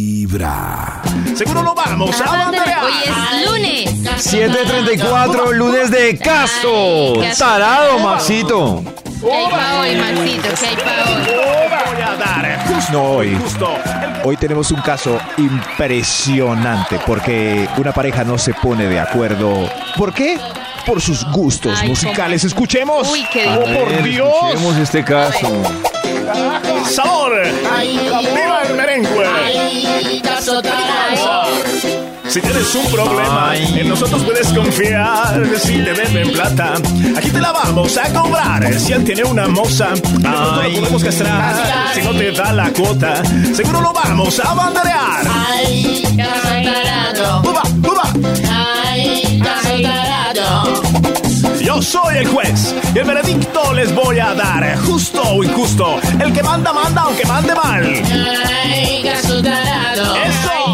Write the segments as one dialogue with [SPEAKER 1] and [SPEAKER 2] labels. [SPEAKER 1] vibra. Seguro lo vamos a banderear.
[SPEAKER 2] Hoy es lunes.
[SPEAKER 3] 734, lunes de Casto.
[SPEAKER 2] Ay, qué
[SPEAKER 3] Tarado, Maxito.
[SPEAKER 2] ¿Qué hay pa' hoy, Maxito? ¿Qué hay pa' hoy?
[SPEAKER 1] Voy a dar justo,
[SPEAKER 4] No, hoy.
[SPEAKER 1] justo.
[SPEAKER 4] Hoy tenemos un caso impresionante porque una pareja no se pone de acuerdo. ¿Por qué? Por sus gustos
[SPEAKER 2] Ay,
[SPEAKER 4] musicales. Escuchemos.
[SPEAKER 2] Uy, qué
[SPEAKER 1] Oh, por
[SPEAKER 3] Eh, Escuchemos
[SPEAKER 1] Dios.
[SPEAKER 3] este caso.
[SPEAKER 1] Sabor. Viva el merengue. Si tienes un problema, en nosotros puedes confiar. Si te deben plata, aquí te la vamos a cobrar. Si él tiene una moza, nosotros la podemos castrar. Si no te da la cuota, seguro lo vamos a banderear. ¡Uba, uba! Yo soy el juez y el veredicto les voy a dar, justo o injusto. El que manda, manda, aunque mande mal. Eso.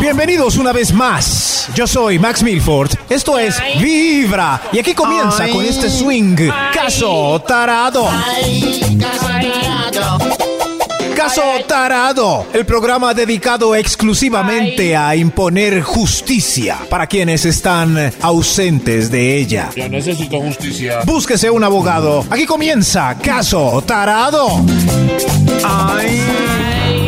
[SPEAKER 4] Bienvenidos una vez más. Yo soy Max Milford. Esto es Vibra. Y aquí comienza con este swing. Caso tarado. Caso Tarado, el programa dedicado exclusivamente a imponer justicia para quienes están ausentes de ella.
[SPEAKER 5] Yo necesito justicia.
[SPEAKER 4] Búsquese un abogado. Aquí comienza Caso Tarado.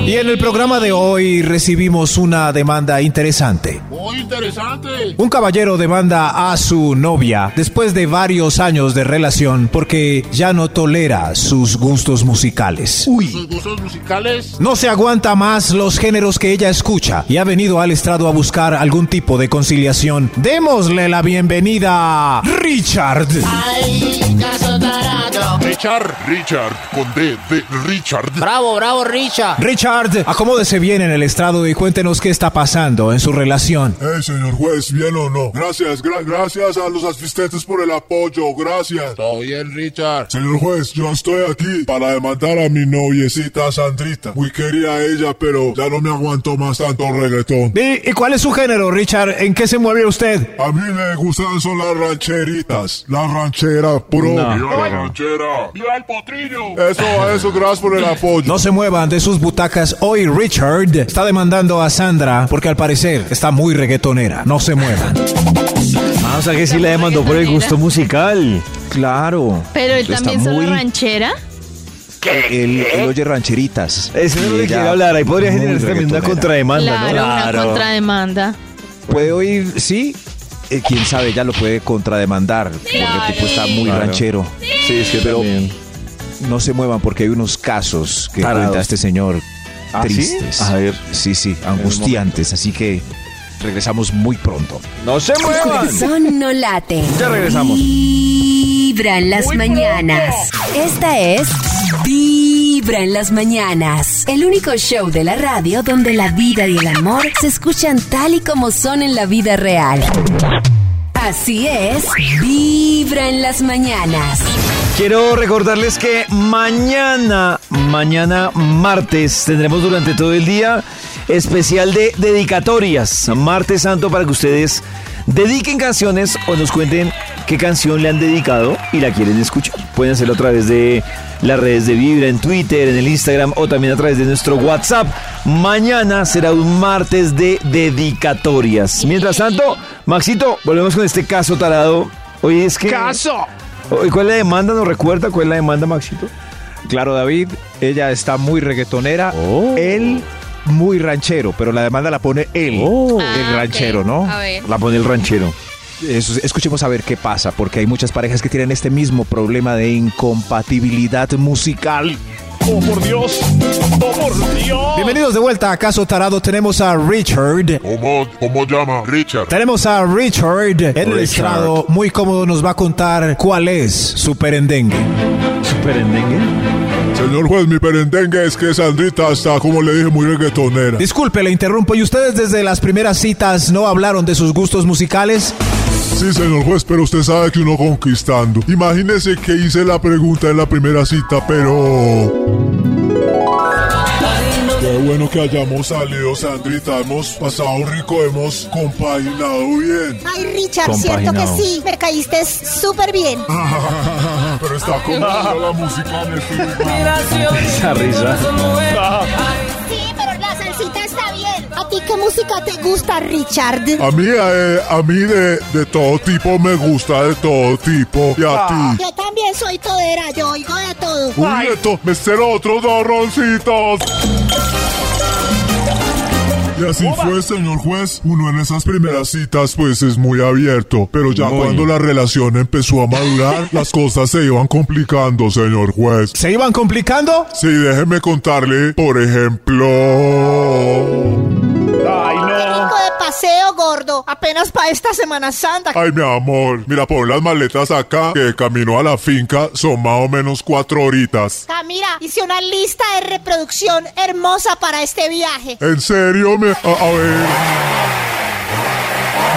[SPEAKER 4] Y en el programa de hoy recibimos una demanda interesante.
[SPEAKER 5] Muy interesante.
[SPEAKER 4] Un caballero demanda a su novia después de varios años de relación porque ya no tolera sus gustos musicales.
[SPEAKER 5] Sus gustos musicales.
[SPEAKER 4] No se aguanta más los géneros que ella escucha y ha venido al estrado a buscar algún tipo de conciliación. Démosle la bienvenida a Richard.
[SPEAKER 5] Richard. Richard. Con D de Richard.
[SPEAKER 6] Bravo, bravo, Richard.
[SPEAKER 4] Richard, acomódese bien en el estrado y cuéntenos qué está pasando en su relación.
[SPEAKER 7] Eh, señor juez, bien o no. Gracias, gra- gracias a los asistentes por el apoyo, gracias.
[SPEAKER 5] Todo bien, Richard.
[SPEAKER 7] Señor juez, yo estoy aquí para demandar a mi noviecita Sandrita. Muy quería a ella, pero ya no me aguanto más tanto reggaetón.
[SPEAKER 4] ¿Y, y cuál es su género, Richard? ¿En qué se mueve usted?
[SPEAKER 7] A mí me gustan son las rancheritas, la ranchera pro.
[SPEAKER 5] ¡Viva la ranchera! ¡Viva el potrillo!
[SPEAKER 7] Eso, eso, gracias por el apoyo.
[SPEAKER 4] No se muevan de sus butacas. Hoy Richard está demandando a Sandra porque al parecer está muy reggaetonera. No se muevan.
[SPEAKER 3] Ah, o sea que sí la demandó por el gusto musical. Claro.
[SPEAKER 2] Pero él
[SPEAKER 4] Está
[SPEAKER 2] también solo
[SPEAKER 4] muy-
[SPEAKER 2] ranchera.
[SPEAKER 4] Él, él oye rancheritas.
[SPEAKER 3] Ese es lo
[SPEAKER 4] Y
[SPEAKER 3] que
[SPEAKER 4] ella,
[SPEAKER 3] quiero hablar. Ahí podría
[SPEAKER 4] muy
[SPEAKER 3] generarse también una
[SPEAKER 4] reggaetonera.
[SPEAKER 3] contrademanda, ¿no?
[SPEAKER 2] Claro, una contrademanda.
[SPEAKER 4] Puede oír, sí. eh, quién sabe, ya lo puede contrademandar. porque el tipo está muy
[SPEAKER 3] Claro.
[SPEAKER 4] ranchero.
[SPEAKER 3] Sí, sí, pero.
[SPEAKER 4] No se muevan porque hay unos casos que
[SPEAKER 3] Tarados.
[SPEAKER 4] cuenta este señor
[SPEAKER 3] ¿Ah, sí?
[SPEAKER 4] tristes.
[SPEAKER 3] A ver.
[SPEAKER 4] Sí, sí, angustiantes. Así que regresamos muy pronto.
[SPEAKER 3] ¡No se muevan!
[SPEAKER 8] Corazón no late.
[SPEAKER 3] Ya regresamos.
[SPEAKER 8] Vibra en las mañanas. Esta es Vibra en las mañanas. El único show de la radio donde la vida y el amor se escuchan tal y como son en la vida real. Así es, Vibra en las mañanas.
[SPEAKER 3] Quiero recordarles que mañana, mañana martes, tendremos durante todo el día especial de dedicatorias. Martes Santo para que ustedes dediquen canciones o nos cuenten qué canción le han dedicado y la quieren escuchar. Pueden hacerlo a través de las redes de Vibra, en Twitter, en el Instagram o también a través de nuestro WhatsApp. Mañana será un martes de dedicatorias. Mientras tanto, Maxito, volvemos con este caso tarado. Hoy es que... ¿Y cuál es la demanda? ¿Nos recuerda cuál es la demanda, Maxito?
[SPEAKER 4] Claro, David, ella está muy reggaetonera.
[SPEAKER 3] Oh.
[SPEAKER 4] Él muy ranchero, pero la demanda la pone él,
[SPEAKER 3] Oh.
[SPEAKER 4] el ranchero, ¿no?
[SPEAKER 2] Ah, A ver.
[SPEAKER 3] La pone el ranchero.
[SPEAKER 4] Eso- escuchemos a ver qué pasa, porque hay muchas parejas que tienen este mismo problema de incompatibilidad musical.
[SPEAKER 1] Oh, por Dios. Oh, por Dios.
[SPEAKER 4] Bienvenidos de vuelta a Caso Tarado. Tenemos a Richard.
[SPEAKER 5] ¿Cómo, ¿Cómo llama? Richard.
[SPEAKER 4] Tenemos a Richard en el estrado. Muy cómodo nos va a contar cuál es su perendengue.
[SPEAKER 3] ¿Superendengue?
[SPEAKER 7] Señor juez, mi perendengue es que Sandrita está, como le dije, muy reggaetonera.
[SPEAKER 4] Disculpe, le interrumpo. ¿Y ustedes desde las primeras citas no hablaron de sus gustos musicales?
[SPEAKER 7] Sí, señor juez, pero usted sabe que uno conquistando. Imagínese que hice la pregunta en la primera cita, pero. Qué bueno que hayamos salido, Sandrita. Hemos pasado rico, hemos compaginado bien.
[SPEAKER 9] Ay, Richard, cierto que sí, me caíste súper bien.
[SPEAKER 7] Pero está como la música en el film.
[SPEAKER 3] Esa risa.
[SPEAKER 9] Sí, pero la salsita está bien. ¿A ti qué música te gusta, Richard?
[SPEAKER 7] A mí, eh, a mí de, de todo tipo me gusta, de todo tipo. Y a ti.
[SPEAKER 9] Yo también soy todera, yo oigo de todo.
[SPEAKER 7] Uy, esto, me cero otros dos roncitos. Y así fue, señor juez. Uno en esas primeras citas, pues es muy abierto. Pero ya cuando la relación empezó a madurar, las cosas se iban complicando, señor juez.
[SPEAKER 4] ¿Se iban complicando?
[SPEAKER 7] Sí, déjeme contarle, por ejemplo.
[SPEAKER 9] Qué rico de paseo, gordo. Apenas para esta Semana Santa.
[SPEAKER 7] Ay, mi amor, mira, pon las maletas acá, que de camino a la finca son más o menos cuatro horitas.
[SPEAKER 9] Ah, mira, hice una lista de reproducción hermosa para este viaje.
[SPEAKER 7] ¿En serio? Me... A, a ver.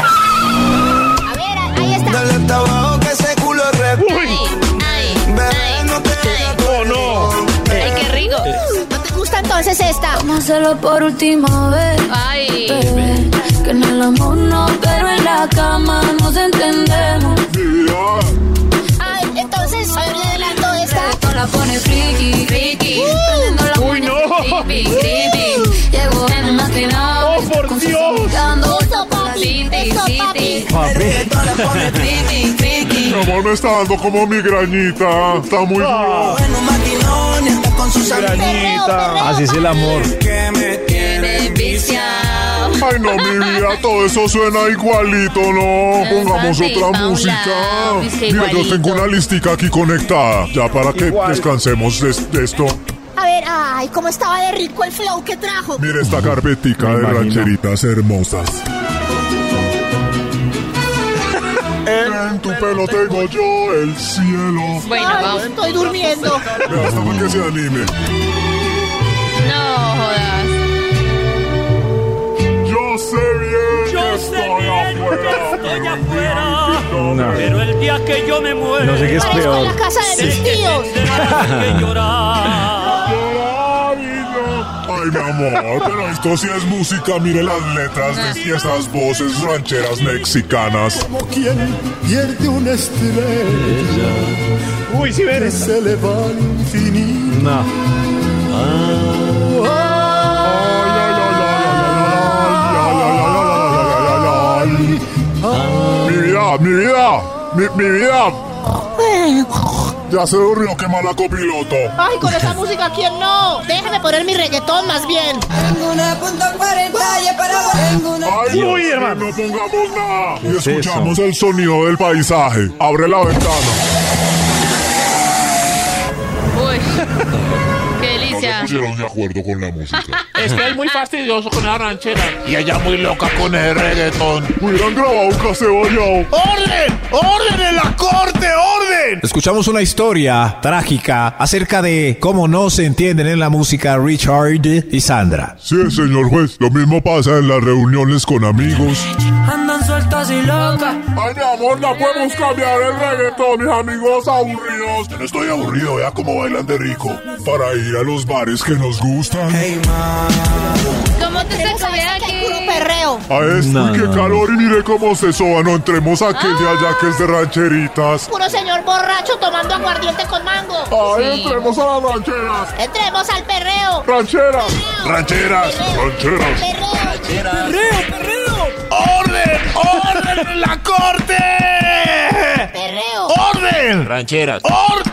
[SPEAKER 9] A ver, ahí está.
[SPEAKER 6] Dale hasta abajo que ese culo es re-
[SPEAKER 2] Ay,
[SPEAKER 6] Bebé, no te
[SPEAKER 2] ay,
[SPEAKER 1] ¡Oh, no!
[SPEAKER 2] ay, ay, qué rico.
[SPEAKER 1] Eh.
[SPEAKER 9] ¿No te gusta entonces esta?
[SPEAKER 10] Solo por última vez,
[SPEAKER 2] Ay,
[SPEAKER 10] bebé. Que en el amor no, pero en la cama nos entendemos.
[SPEAKER 7] Mira,
[SPEAKER 9] Ay, entonces soy adelanto esta.
[SPEAKER 10] Esto la pone friki,
[SPEAKER 9] Uh.
[SPEAKER 10] friki. Prendiendo la
[SPEAKER 1] Uy, no.
[SPEAKER 10] creepy, creepy. Llego en una esquina.
[SPEAKER 1] ¡Oh, por
[SPEAKER 10] con su
[SPEAKER 1] Dios!
[SPEAKER 10] sacando
[SPEAKER 9] Eso, papi. Eso, papi.
[SPEAKER 10] Esto la pone friki, friki.
[SPEAKER 7] mi amor me está dando como migrañita. Está muy duro.
[SPEAKER 6] En un maquinón y está con sus amigos.
[SPEAKER 9] Perreo, perreo,
[SPEAKER 3] Así es el amor.
[SPEAKER 6] Que me tiene
[SPEAKER 2] viciado.
[SPEAKER 7] Ay, no, mi vida, todo eso suena igualito, ¿no? Pongamos
[SPEAKER 2] papi,
[SPEAKER 7] otra
[SPEAKER 2] pa' un
[SPEAKER 7] música.
[SPEAKER 2] lado, es que
[SPEAKER 7] Mira, yo
[SPEAKER 2] igualito.
[SPEAKER 7] tengo una listica aquí conectada, ya para que descansemos de, de esto.
[SPEAKER 9] A ver, ay, cómo estaba de rico el flow que trajo.
[SPEAKER 7] Mira esta carpetica de rancheritas hermosas. En tu pelo tengo yo el cielo.
[SPEAKER 2] bueno,
[SPEAKER 9] Ay,
[SPEAKER 2] vamos.
[SPEAKER 9] estoy durmiendo.
[SPEAKER 7] Vea, hasta para que se anime.
[SPEAKER 2] No jodas.
[SPEAKER 7] Yo sé bien que estoy afuera. pero el día en que yo
[SPEAKER 11] Pero el
[SPEAKER 7] me
[SPEAKER 11] día que yo me muera,
[SPEAKER 3] No sé qué es
[SPEAKER 9] Parezco en
[SPEAKER 3] peor.
[SPEAKER 9] la casa de mis tíos.
[SPEAKER 11] tendrás que llorar.
[SPEAKER 7] llorar y no- Ay, mi amor, pero esto sí es música. Mire las letras de y esas voces rancheras mexicanas.
[SPEAKER 5] Como quien pierde una estrella
[SPEAKER 1] ¡Uy, si ven!
[SPEAKER 5] se le va al infinito. Ah.
[SPEAKER 3] No.
[SPEAKER 7] Mi vida, mi vida, mi, mi vida. Ya se durmió, qué mala copiloto.
[SPEAKER 9] Ay, con esta música, ¿quién no? Déjeme poner mi reggaetón más bien.
[SPEAKER 6] Tengo una punta 40 y he parado. Tengo una.
[SPEAKER 7] Ay, Dios
[SPEAKER 1] Uy,
[SPEAKER 7] mío,
[SPEAKER 1] hermano.
[SPEAKER 7] no pongamos nada. Y
[SPEAKER 3] es eso?
[SPEAKER 7] escuchamos el sonido del paisaje. Abre la ventana.
[SPEAKER 2] Uy. Qué delicia.
[SPEAKER 7] pusieron de acuerdo con la música.
[SPEAKER 11] Es que es muy fastidioso con la ranchera.
[SPEAKER 5] Y ella muy loca con el reggaetón.
[SPEAKER 7] Hubieran grabado un caseo allá.
[SPEAKER 1] ¡Orden! ¡Orden en la corte! ¡Orden!
[SPEAKER 4] Escuchamos una historia trágica acerca de cómo no se entienden en la música Richard y Sandra.
[SPEAKER 7] Sí, señor juez. Lo mismo pasa en las reuniones con amigos.
[SPEAKER 10] Andan sueltas y locas.
[SPEAKER 7] Ay, mi amor, la podemos cambiar el reggaetón, mis amigos aburridos. Yo no estoy aburrido, vea cómo bailan de rico. Para ir a los bares que nos gustan.
[SPEAKER 2] ¿Cómo te sacó de
[SPEAKER 9] Qué puro
[SPEAKER 2] aquí?
[SPEAKER 9] perreo.
[SPEAKER 7] A este,
[SPEAKER 3] No,
[SPEAKER 7] uy, qué
[SPEAKER 3] no,
[SPEAKER 7] calor, y mire cómo se soba. No entremos a aquel de allá que es de rancheritas.
[SPEAKER 9] Puro señor borracho tomando aguardiente con mango.
[SPEAKER 7] Ay, entremos a las rancheras.
[SPEAKER 9] Entremos al perreo.
[SPEAKER 7] Rancheras. Rancheras. Rancheras.
[SPEAKER 9] Perreo.
[SPEAKER 1] ¡Orden! ¡Orden en la corte!
[SPEAKER 9] Perreo.
[SPEAKER 1] ¡Orden!
[SPEAKER 11] Rancheras.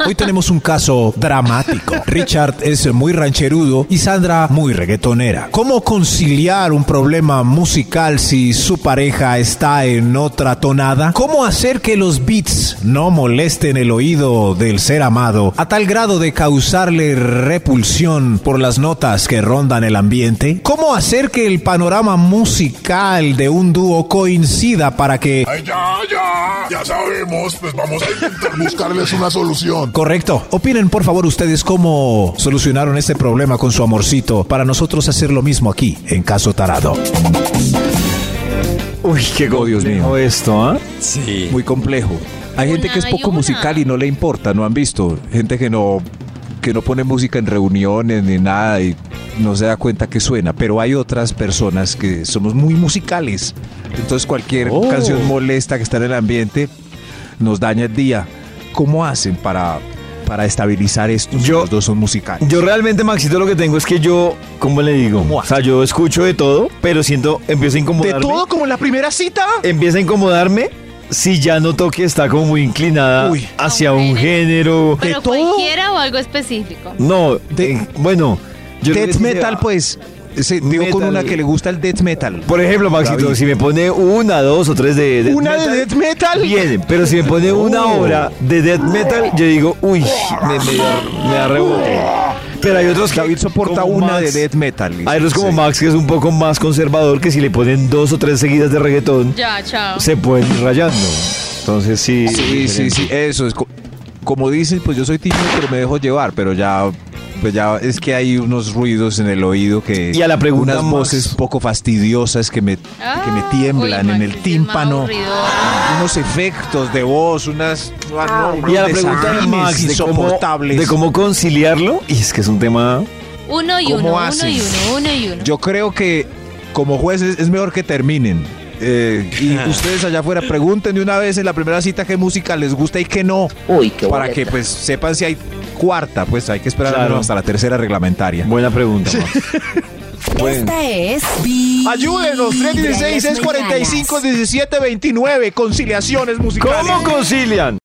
[SPEAKER 4] Hoy tenemos un caso dramático. Richard es muy rancherudo y Sandra muy reggaetonera. ¿Cómo conciliar un problema musical si su pareja está en otra tonada? ¿Cómo hacer que los beats no molesten el oído del ser amado a tal grado de causarle repulsión por las notas que rondan el ambiente? ¿Cómo hacer que el panorama musical de un dúo coincida para que...
[SPEAKER 7] Ay, ya, ya. Ya sabemos, pues vamos a intentar buscarles una solución.
[SPEAKER 4] Correcto. Opinen por favor ustedes cómo solucionaron este problema con su amorcito para nosotros hacer lo mismo aquí en Caso Tarado.
[SPEAKER 3] Uy, qué go, Oh, Dios mío. Pues Esto, ¿ah?
[SPEAKER 6] Sí.
[SPEAKER 12] muy complejo. Hay gente que es
[SPEAKER 2] Una y
[SPEAKER 12] poco
[SPEAKER 2] una.
[SPEAKER 12] musical y no le importa, no han visto. Gente que no que no pone música en reuniones ni nada y no se da cuenta que suena, pero hay otras personas que somos muy musicales. Entonces cualquier
[SPEAKER 3] Oh.
[SPEAKER 12] canción molesta que está en el ambiente nos daña el día. ¿Cómo hacen para
[SPEAKER 4] para estabilizar esto.
[SPEAKER 3] Yo-
[SPEAKER 4] los dos son musicales.
[SPEAKER 3] Yo realmente, Maxito, lo que tengo es que yo, ¿cómo le digo? O sea, yo escucho de todo, pero siento, empiezo a incomodarme.
[SPEAKER 4] como en la primera cita?
[SPEAKER 3] Empieza a incomodarme si ya noto que está como muy inclinada
[SPEAKER 4] Uy.
[SPEAKER 3] hacia un género.
[SPEAKER 2] Pero cualquiera o algo específico.
[SPEAKER 3] No, eh, bueno. yo creo que
[SPEAKER 4] death
[SPEAKER 3] sí se
[SPEAKER 4] metal,
[SPEAKER 3] va-
[SPEAKER 4] pues. Se digo con
[SPEAKER 3] Metal.
[SPEAKER 4] una que le gusta el death metal.
[SPEAKER 3] Por ejemplo, Maxito,
[SPEAKER 4] David.
[SPEAKER 3] si me pone una, dos o tres de death
[SPEAKER 4] ¿Una de
[SPEAKER 3] metal,
[SPEAKER 4] death metal?
[SPEAKER 3] Bien, pero si me pone una
[SPEAKER 4] Oh.
[SPEAKER 3] hora de death metal, yo digo, uy, me, me da, me da rebote. Pero hay otros que...
[SPEAKER 4] David soporta
[SPEAKER 3] como
[SPEAKER 4] una
[SPEAKER 3] Max,
[SPEAKER 4] de death metal.
[SPEAKER 3] Hay otros como
[SPEAKER 4] Sí.
[SPEAKER 3] Max, que es un poco más conservador, que si le ponen dos o tres seguidas de reggaetón,
[SPEAKER 2] Ya, chao.
[SPEAKER 3] se pueden ir rayando. Entonces sí...
[SPEAKER 4] Sí, sí, sí, eso es. co- Como dicen, pues yo soy tímido, pero me dejo llevar, pero ya, pues ya es que hay unos ruidos en el oído que.
[SPEAKER 3] Y a la pregunta,
[SPEAKER 4] Unas
[SPEAKER 3] Max.
[SPEAKER 4] voces poco fastidiosas que me,
[SPEAKER 2] Ah,
[SPEAKER 4] que me tiemblan
[SPEAKER 2] uy,
[SPEAKER 4] en
[SPEAKER 2] Maxi,
[SPEAKER 4] el
[SPEAKER 2] es
[SPEAKER 4] tímpano.
[SPEAKER 2] más aburrido.
[SPEAKER 4] Unos efectos de voz, unas.
[SPEAKER 3] Y a la pregunta de Max, de cómo,
[SPEAKER 4] insoportables.
[SPEAKER 3] de cómo conciliarlo, y es que es un tema...
[SPEAKER 2] Uno y
[SPEAKER 4] ¿Cómo
[SPEAKER 2] uno, uno
[SPEAKER 4] hacen?
[SPEAKER 2] y uno, uno y uno.
[SPEAKER 4] Yo creo que como jueces es mejor que terminen. Eh, y ustedes allá afuera pregunten de una vez en la primera cita qué música les gusta y qué no.
[SPEAKER 1] Uy, qué
[SPEAKER 4] Para
[SPEAKER 1] boleta.
[SPEAKER 4] que pues sepan si hay cuarta, pues hay que esperar al
[SPEAKER 3] Claro.
[SPEAKER 4] menos hasta la tercera reglamentaria.
[SPEAKER 3] Buena pregunta, Max.
[SPEAKER 8] Esta es.
[SPEAKER 4] Ayúdenos, 316
[SPEAKER 8] 316-645-1729,
[SPEAKER 4] 1729 conciliaciones musicales.
[SPEAKER 3] ¿Cómo concilian?